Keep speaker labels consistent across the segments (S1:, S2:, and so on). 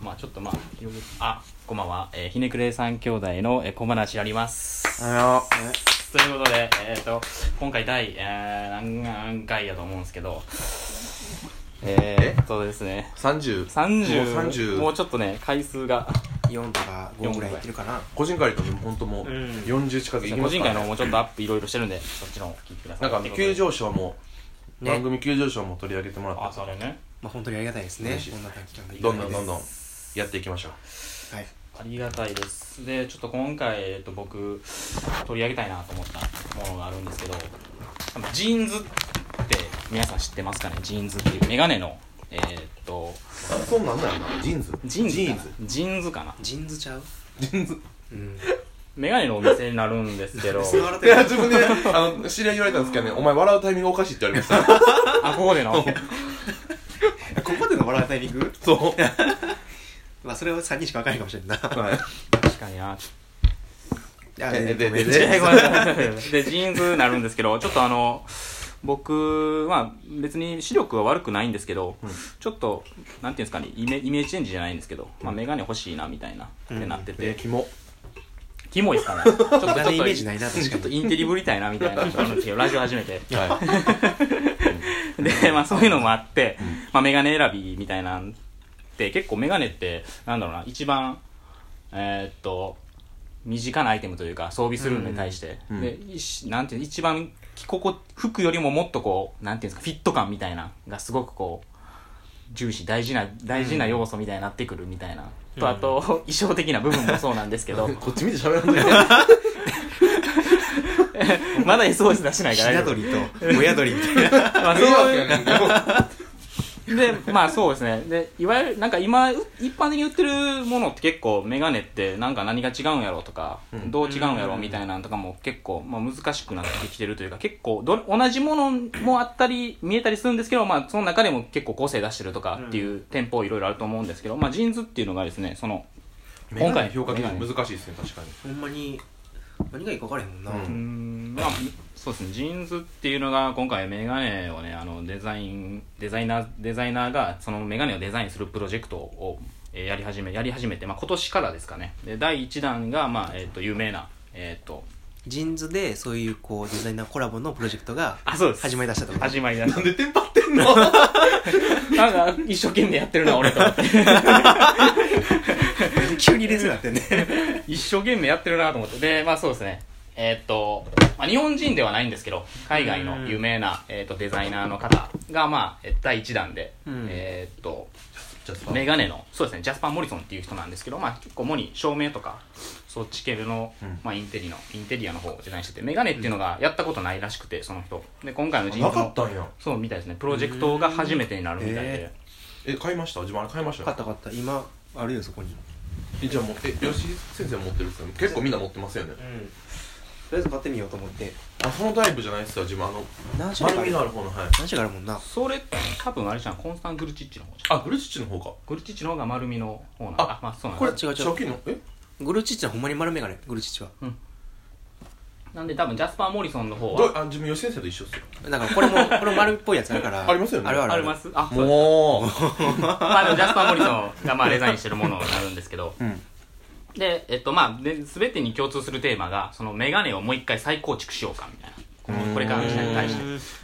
S1: まあちょっとまあ広げあこんばんは、えーひねくれ三兄弟の、えー小話あります
S2: あ
S1: ということで、えー、と今回第、えー何何回やと思うんですけどえー、っとですね
S2: の30
S1: 30
S2: もう30
S1: もうちょっとね回数が
S3: 4から5ぐらいいってるかな
S2: 個人会とかも本当もう40近くいき
S1: 個
S2: ます
S1: 人
S2: か
S1: 会
S2: ら、
S1: の方
S2: ね、
S1: もちょっとアップいろいろしてるんでそっちの方聞いてくださ
S2: ないんか急上昇も、番組急上昇も取り上げてもら
S1: あ
S2: って
S1: それね
S3: まあ本当にありがたいですね
S2: 嬉しい
S3: こんな短期間で
S2: どんどんどんど
S3: は
S2: んやっていきましょう
S3: い
S1: ありがたいですでちょっと今回、えっと、僕取り上げたいなと思ったものがあるんですけどあのジーンズって皆さん知ってますかねジーンズっていうメガネのえーっと
S2: そんなんなんやなジーンズ
S1: ジーンズ
S2: ジー
S1: か
S2: ン
S1: な
S2: ズ
S1: ジーンズかな
S3: ジーンズちゃう
S2: ジーンズ
S3: うん
S1: メガネのお店になるんですけ ど
S3: 座られ
S2: い
S3: てる
S2: や自分で、あの知り合いに言われたんですけどねお前笑うタイミングおかしいって言われました
S1: あここでの
S3: ここでの笑うタイミング
S2: そう
S3: まあそれは3人しか分かんないかもしれんない
S2: はい
S1: 確かにな
S3: な
S2: えでで
S3: めっ
S2: で
S3: ちゃ
S1: えごめんなさいで、ジーンズになるんですけど、ちょっとあの、僕、まあ別に視力は悪くないんですけど、ちょっと、なんていうんですかね、イメイメージチェンジじゃないんですけど、まあメガネ欲しいなみたいな、ってなって
S2: え
S1: て、
S2: キモ
S1: キモいっすか ね。ちょっと、ちょっ
S3: メガ
S1: と、
S3: ネイメージないな確
S1: ち
S3: か
S1: ょっと
S3: に
S1: インテリぶりたいなみたいなのがあるんですけど、ラジオ始めて。
S2: は
S1: で、まあそういうのもあって、まあメガネ選びみたいなんって、結構メガネって、なんだろうな、一番、えーっと、身近なアイテムというか、装備するのに対して、
S2: うん
S1: で、いしなんていうの一番着心地、服よりももっとこう、なんていうんですか、フィット感みたいな、がすごくこう、重視、大事な、大事な要素みたいになってくるみたいな。と、あと、衣装的な部分もそうなんですけど
S2: い、こっち見て喋らんといては
S1: まだ SOS 出しない
S3: ひ
S1: から
S3: な
S1: 大丈夫。
S3: 鳥と親鳥みたいな
S1: まあ、そう
S2: 迷惑
S1: いう
S2: やねんけど
S1: でまあそうですねでいわゆるなんか今う一般的に売ってるものって結構メガネってなんか何が違うんやろとか、
S2: うん
S1: どう違うんやろみたいなのとかも結構、まあ、難しくなってきてるというか結構どれ同じものもあったり見えたりするんですけど、まあ、その中でも結構個性出してるとかっていう店舗いろいろあると思うんですけど、まあ、ジーンズっていうのがですねその
S2: メ
S1: 今
S2: ガ
S1: 回
S2: ネ評価基準難しいですね確かに
S3: ほんまに何がいいか分からへんもんな
S2: う
S1: うーんまあそうですねジーンズっていうのが今回メガネをねあのデザインデザイナーデザイナーがそのメガネをデザインするプロジェクトを、えーやり始めやり始めて、まあ、今年からですかねで第1弾が、まあえー、と有名なえっ、と
S3: ジーンズでそういうこうデザイナーコラボのプロジェクトが
S1: あそうです
S3: 始まりだしたってこと
S1: 始まりだし
S2: なんでテンパってんのは
S1: なんか一生懸命やってるな俺と思って
S3: 急にレースになってんね
S1: 一生懸命やってるなと思ってでまあそうですねえっ、と、まあ、日本人ではないんですけど海外の有名な、えー、とデザイナーの方が、まあ、えー第1弾で、
S3: うん
S1: えっ、とメガネのそうですねジャスパン・モリソンっていう人なんですけど、まあ、結構主に照明とかそっち系の、
S2: うん
S1: まあ、インテリのインテリアの方をデザインしててメガネっていうのがやったことないらしくてその人で今回の人
S2: なかったんや
S1: そうみたいですねプロジェクトが初めてになるみたいで、
S3: へ
S2: え買いました自分あれ買いました
S3: 分かった分かった今あるよそこに
S2: えじゃあもうえ吉井先生持ってるんですよね結構みんな持ってますよね
S3: うんとりあえず買ってみようと思って
S2: あそのタイプじゃないっすよ自分あの
S3: 何種類
S2: 丸
S3: かあ
S2: み
S3: る
S2: のある方のはい
S3: 何種類かあるもんな
S1: それ多分あれじゃんコンスタン・グルチッチの方じゃ
S2: あグルチッチの方か
S1: んグルチッチの方が丸みの方なんだ
S2: あ
S1: まあそうなん
S2: こ
S1: だ
S2: れ
S3: 違う違う
S2: 初期のえ
S3: グルチッチはほんまに丸眼鏡グルチッチは
S1: なんで多分ジャスパー・モリソンの方
S2: ど
S1: は
S2: うあ自分吉井先生と一緒っすよ
S3: だから これもこれも丸っぽいやつあるから
S2: ありますよね
S3: あるある
S1: あり
S3: る
S1: ますあそう
S2: もう
S1: まあでもジャスパー・モリソンがまあデザインしてるものになるんですけど
S2: うん
S1: で、えっとまあ、で全てに共通するテーマがそのメガネをもう一回再構築しようかみたいなこのこれからの時代に対して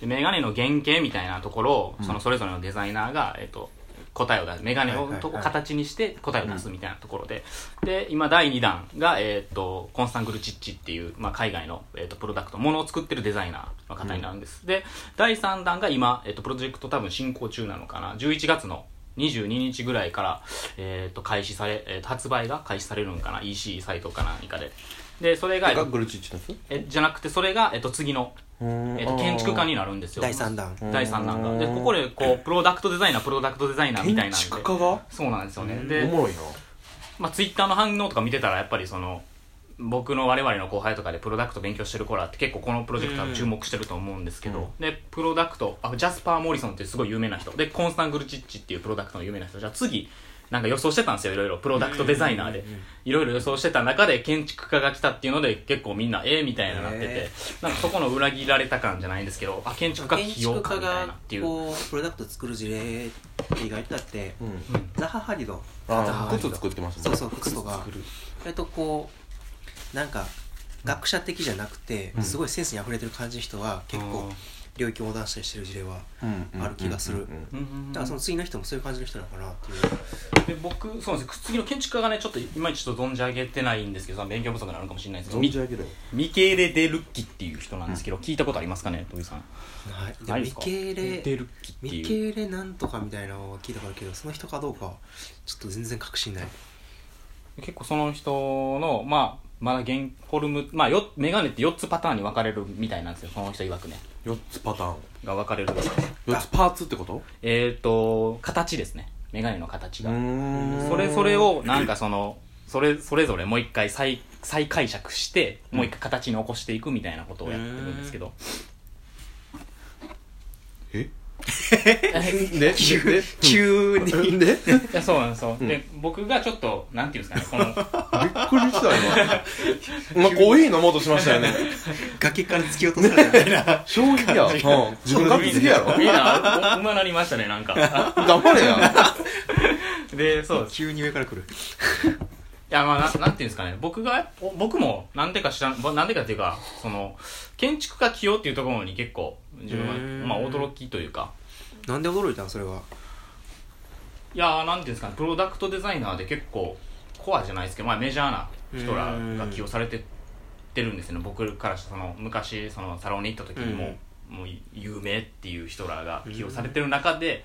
S1: でメガネの原型みたいなところをそのそれぞれのデザイナーが、えっと、答えを出すメガネ
S3: はい
S1: を
S3: はいはい
S1: とこ形にして答えを出すみたいなところで,、で今第2弾が、えっとコンスタン・グルチッチっていう、まあ、海外の、えっとプロダクトものを作ってるデザイナーの方になるんです、で第3弾が今、えっとプロジェクト多分進行中なのかな11月の22日ぐらいから、えっと開始され、えっと発売が開始されるのかな EC サイトか何かででそれが、えっと
S2: グルチッチです
S1: えじゃなくてそれが、えっと次のえっと建築家になるんですよ
S3: 第三弾
S1: 第3弾がでここでこうプロダクトデザイナープロダクトデザイナーみたいなんで
S2: 建築家が
S1: そうなんですよね
S2: お
S1: で、
S2: もろいな
S1: まあ、ツイッターの反応とか見てたらやっぱりその僕の我々の後輩とかでプロダクト勉強してる子らって結構このプロジェクトは注目してると思うんですけど、でプロダクトあジャスパー・モリソンってすごい有名な人でコンスタン・グルチッチっていうプロダクトの有名な人じゃあ次なんか予想してたんですよいろいろプロダクトデザイナーでいろいろ予想してた中で建築家が来たっていうので結構みんなええみたいななってて
S3: へ
S1: なんかそこの裏切られた感じゃないんですけどあ建築家
S3: 建
S1: 起用
S3: 築
S1: か
S3: 家
S1: みたいなっ
S3: が
S1: ていう
S3: こうプロダクト作る事例って意外とあって、
S2: うん
S3: ザハハリド
S2: あー靴作ってました
S3: そう
S2: ね
S3: そう靴とか
S1: 作る
S3: 割とこうなんか学者的じゃなくて、
S2: うん
S3: すごいセンスに溢れてる感じの人は結構領域を横断したりしてる事例は、
S2: うん
S3: ある気がする
S2: うんうんうん
S1: うんうん
S3: だからその次の人もそういう感じの人なのかなっていう、
S1: で僕そうなんですよ次の建築家がねちょっといまいちちょっと存じ上げてないんですけどその勉強不足になるかもしれないですけど
S2: 存
S1: ミ
S2: じ上げろよ
S1: ミケーレ・デ・ルッキっていう人なんですけど、聞いたことありますかね土井さん
S3: はい、でも
S1: ないで
S3: ミ
S1: すか
S3: ケー
S1: デ・
S3: レ
S1: ルッキって
S3: ミケ
S1: いう
S3: ーレなんとかみたいなのは聞いたからけどその人かどうかちょっと全然確信ない
S1: 結構その人のまあまだ現フォルムまあよメガネって4つパターンに分かれるみたいなんですよその人曰くね
S2: 4つパターン
S1: が分かれる
S2: 4つパーツってこと
S1: えっ、ー、と形ですねメガネの形が、
S2: ん
S1: それそれをなんかそのそれそれぞれもう一回再再解釈してもう一回形に起こしていくみたいなことをやってるんですけど、
S2: え
S1: い
S2: でで
S3: 急に
S2: でびっ
S1: やそうなんですよ、
S2: うん
S1: で僕がちょっとなんていうんですかね この
S2: くりした 今今コーヒー飲もうとしましたよね
S3: 崖から突き落とされたみたいな
S2: 衝撃 や うん自分の勝手すぎやろ
S1: みんなうまなりましたねなんか
S2: 頑張れや
S1: でそうですい
S3: 急に上から来る
S1: やまあななんていうんですかね僕がお僕もなんでか知らんぼなんでかっていうかその建築家起用っていうところに結構自分は
S3: うーん
S1: まあ驚きというか
S3: なんで驚いたのそれはい
S1: やーなんていうんですかねプロダクトデザイナーで結構コアじゃないですけど、まあ、メジャーな人らが起用されてってるんですよね僕からしたらその昔そのサロンに行った時にも、もう有名っていう人らが起用されてる中で、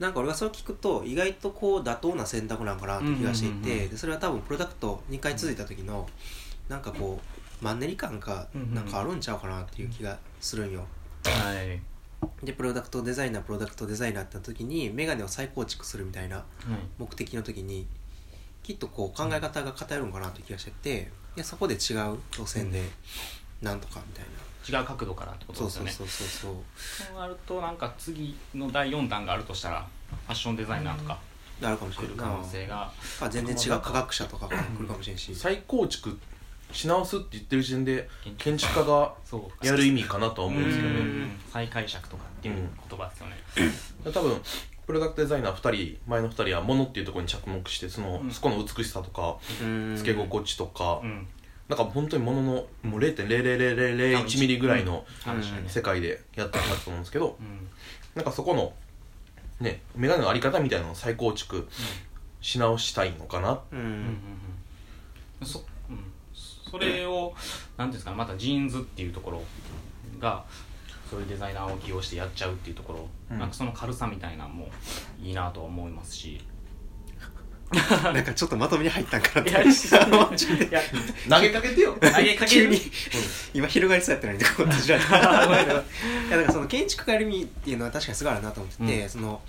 S3: なんか俺がそれを聞くと意外とこう妥当な選択なんかなって気がしてい
S1: うんうんうんう
S3: てでそれは多分プロダクト2回続いた時のなんかこうマンネリ感か
S1: うんうん
S3: なんかあるんちゃうかなっていう気がするんよ
S1: はい
S3: でプロダクトデザイナープロダクトデザイナーってなった時にメガネを再構築するみたいな目的の時にきっとこう考え方が偏るんかなって気がしてていやそこで違う路線でなんとかみたいな
S1: 違う角度からってこと
S3: そう
S1: ですよ
S3: そう
S1: ね
S3: そうそうそう
S1: そうなるとなんか次の第4弾があるとしたらファッションデザイナーとか
S3: あるかもし
S1: 来
S3: れ
S1: る
S3: ん
S1: 可
S3: ない
S1: 能性が
S3: あ全然違う科学者とかが来るかもしれんし
S2: 再構築し直すって言ってる時点で建築家が
S1: そう
S2: やる意味かなとは
S1: う
S2: 思うんですけどね
S1: ん再解釈とかっていう言葉ですよね、
S2: 多分プロダクトデザイナー2人前の2人は物っていうところに着目してその、
S1: うん
S2: そこの美しさとか
S3: うん
S2: 付け心地とか、
S1: うん、
S2: なんか本当に物のもう0.00001ミリぐらいの
S1: 話だね、
S2: 世界でやってきたと思うんですけど
S1: うん
S2: なんかそこのねメガネのあり方みたいなのを再構築し直したいのかな
S3: う
S1: うんうん
S3: ん
S1: うんそうんそれを何ていうんですかねまたジーンズっていうところがそういうデザイナーを起用してやっちゃうっていうところ、
S2: うん
S1: なんかその軽さみたいなのもいいなとは思いますし
S3: なんかちょっとまとめに入ったんかなっ
S1: い
S3: て
S1: や いや
S2: 投げかけてよ
S1: 投げかけ
S3: 急
S1: る
S3: に今広がりそうやったのにこう閉じられ たいやだからその建築家の意味っていうのは確かにすごいあるなと思ってて、
S2: う
S3: その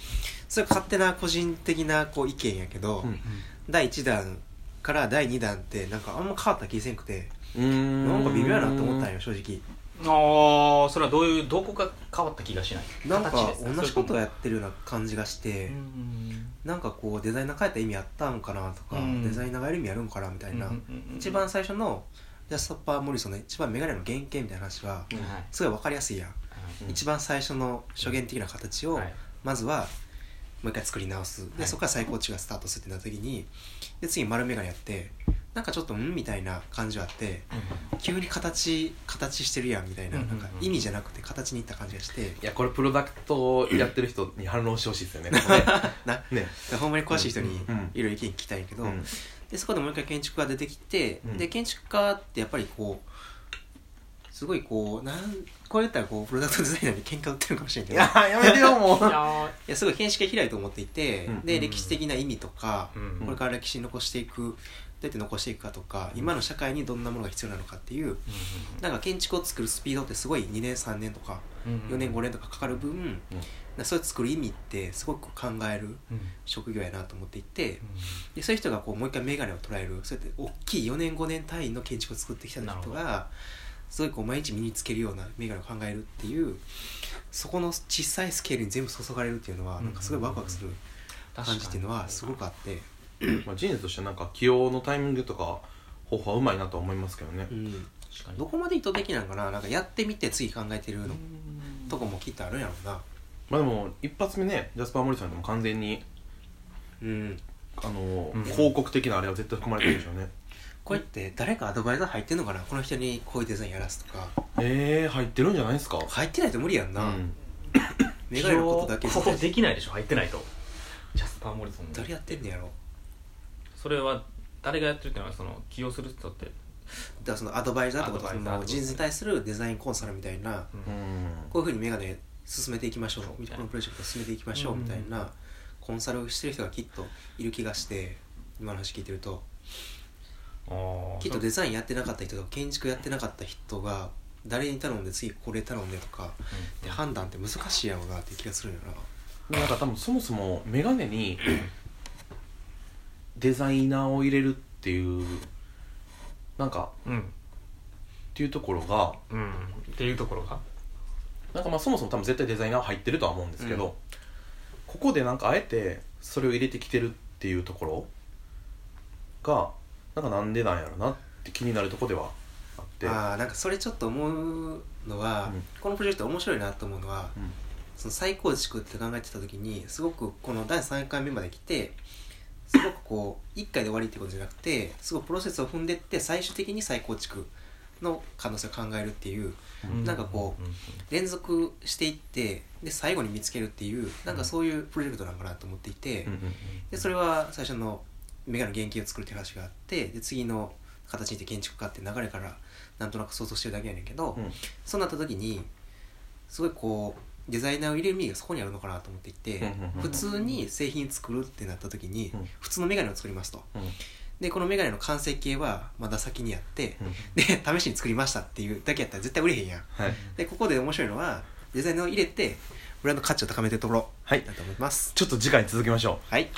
S3: それは勝手な個人的なこう意見やけど、
S2: うん
S3: 第1弾から第2弾ってなんかあんま変わった気せんくて
S2: うん
S3: なんか微妙やなと思ったんよ正直
S1: ああそれはどういうどこが変わった気がしない
S3: なんか
S1: 形です
S3: 同じことを
S1: それ
S3: やってるような感じがし
S1: と
S3: て、
S1: もうん
S3: なんかこうデザイナー変えた意味あったんかなとか、
S1: うん
S3: デザイナーがやる意味あるんかなみたいな、
S1: うんうんうん
S3: 一番最初のジャストパー・モリソンの一番メガネの原型みたいな話は
S1: はい
S3: すごい分かりやすいやん
S2: うん
S3: 一番最初の初見的な形を
S1: はい
S3: まずはもう一回作り直す
S1: は
S3: で
S1: い
S3: そこから再構築がスタートするってなった時にで次丸眼鏡やってなんかちょっとうんみたいな感じはあって急に形形してるやんみたいな
S1: うん
S3: な
S1: うんうん
S3: んか意味じゃなくて形にいった感じがして
S2: いやこれプロダクトをやってる人に反論してほしいですよねここね
S3: な
S2: ね
S3: ほんまに詳しい人に
S2: うん
S3: いろいろ意見聞きたいんやけど
S2: うん
S3: でそこでもう一回建築家出てきて、
S2: うん
S3: で建築家ってやっぱりこうすごいこうなんこれ言ったらこうプロダクトデザイナーに喧嘩売ってるかもしれんけ
S2: い
S3: どい
S2: や
S3: や
S2: やめてよもう
S1: いや
S3: すごい見識が開いと思っていて、
S2: うん
S1: う
S3: で
S1: ん
S3: 歴史的な意味とか、
S1: ーうん
S3: これから歴史に残していくどうやって残していくかとか今の社会にどんなものが必要なのかっていうなんか建築を作るスピードってすごい2年3年とか4年5年とかかかる分、なそれを作る意味ってすごく考える
S1: うん
S3: 職業やなと思っていて、
S1: う
S3: でそういう人がこうもう一回眼鏡を捉えるそうやって大きい4年5年単位の建築を作ってきた
S1: なる
S3: 人
S1: ほ
S3: がすごいこう毎日身につけるような眼鏡を考えるっていうそこの小さいスケールに全部注がれるっていうのは
S1: うん
S3: なんかすごいワクワクする感じっていうのはすごくあって、
S2: まあ、ジーンズとしてはなんか起用のタイミングとか方法はうまいなとは思いますけどね、
S3: うん
S1: 確かに
S3: どこまで意図的なのかななんかやってみて次考えてるの
S1: うん
S3: とこもきっとあるんやろうな
S2: まあでも一発目ねジャスパー・モリソンでも完全に
S3: うん
S2: あの、
S1: うん
S2: 広告的なあれは絶対含まれてるでしょうね
S3: これって誰かアドバイザー入ってんのかなこの人にこういうデザインやらすとか
S2: ええー、入ってるんじゃないですか
S3: 入ってないと無理やん
S2: う
S3: な、
S2: ん
S3: メガネのことだけ
S1: 起用
S3: で
S1: できないでしょ入ってないとジャスパー・モリソンの
S3: 誰やってんのやろ
S1: それは誰がやってるってのはその起用する人って
S3: だからそのアドバイザーってことは
S1: ア
S3: そ
S1: ドバイザーってこと
S3: の人事に対するデザインコンサルみたいな
S1: うん
S2: うん
S3: こういうふうにメガネ進めていきましょう
S1: そう
S3: みたいなこのプロジェクト進めていきましょうみたいなコンサルをしてる人がきっといる気がして今の話聞いてると
S1: ああ
S3: きっとデザインやってなかった人とか建築やってなかった人が誰に頼んで次これ頼んでとかで判断って難しいやろうなって気がするよな
S2: でもなんか多分そもそも眼鏡にデザイナーを入れるっていうなんか
S1: うん
S2: っていうところが
S1: うんっていうところが
S2: なんかまあそもそも多分絶対デザイナーは入ってるとは思うんですけど、
S1: うん
S2: ここでなんかあえてそれを入れてきてるっていうところがなんかなんでなんやろなって気になるところではあって
S3: あーなんかそれちょっと思うのは、
S2: うん
S3: このプロジェクト面白いなと思うのは
S2: うん
S3: その再構築って考えてた時にすごくこの第3回目まで来てすごくこう1回で終わりってことじゃなくてすごいプロセスを踏んでって最終的に再構築の可能性を考えるっていうなんかこう
S1: うん
S3: 連続していってで最後に見つけるっていうなんかそういうプロジェクトなんかなと思っていて、
S2: うんうん
S3: でそれは最初のメガネの原型を作るって話があってで次の形にして建築家って流れからなんとなく想像してるだけやねんけど、
S2: うん
S3: そうなった時にすごいこうデザイナーを入れる意味がそこにあるのかなと思っていて、
S2: うんうんうん
S3: 普通に製品作るってなった時に、
S2: うん
S3: 普通のメガネを作りますと
S2: うん
S3: でこのメガネの完成形はまだ先にやって、
S2: うん
S3: で試しに作りましたっていうだけやったら絶対売れへんやん
S2: はい
S3: でここで面白いのはデザイナーを入れてブランド価値を高めてるところ
S2: はい
S3: だと思います
S2: ちょっと次回に続きましょう
S3: はい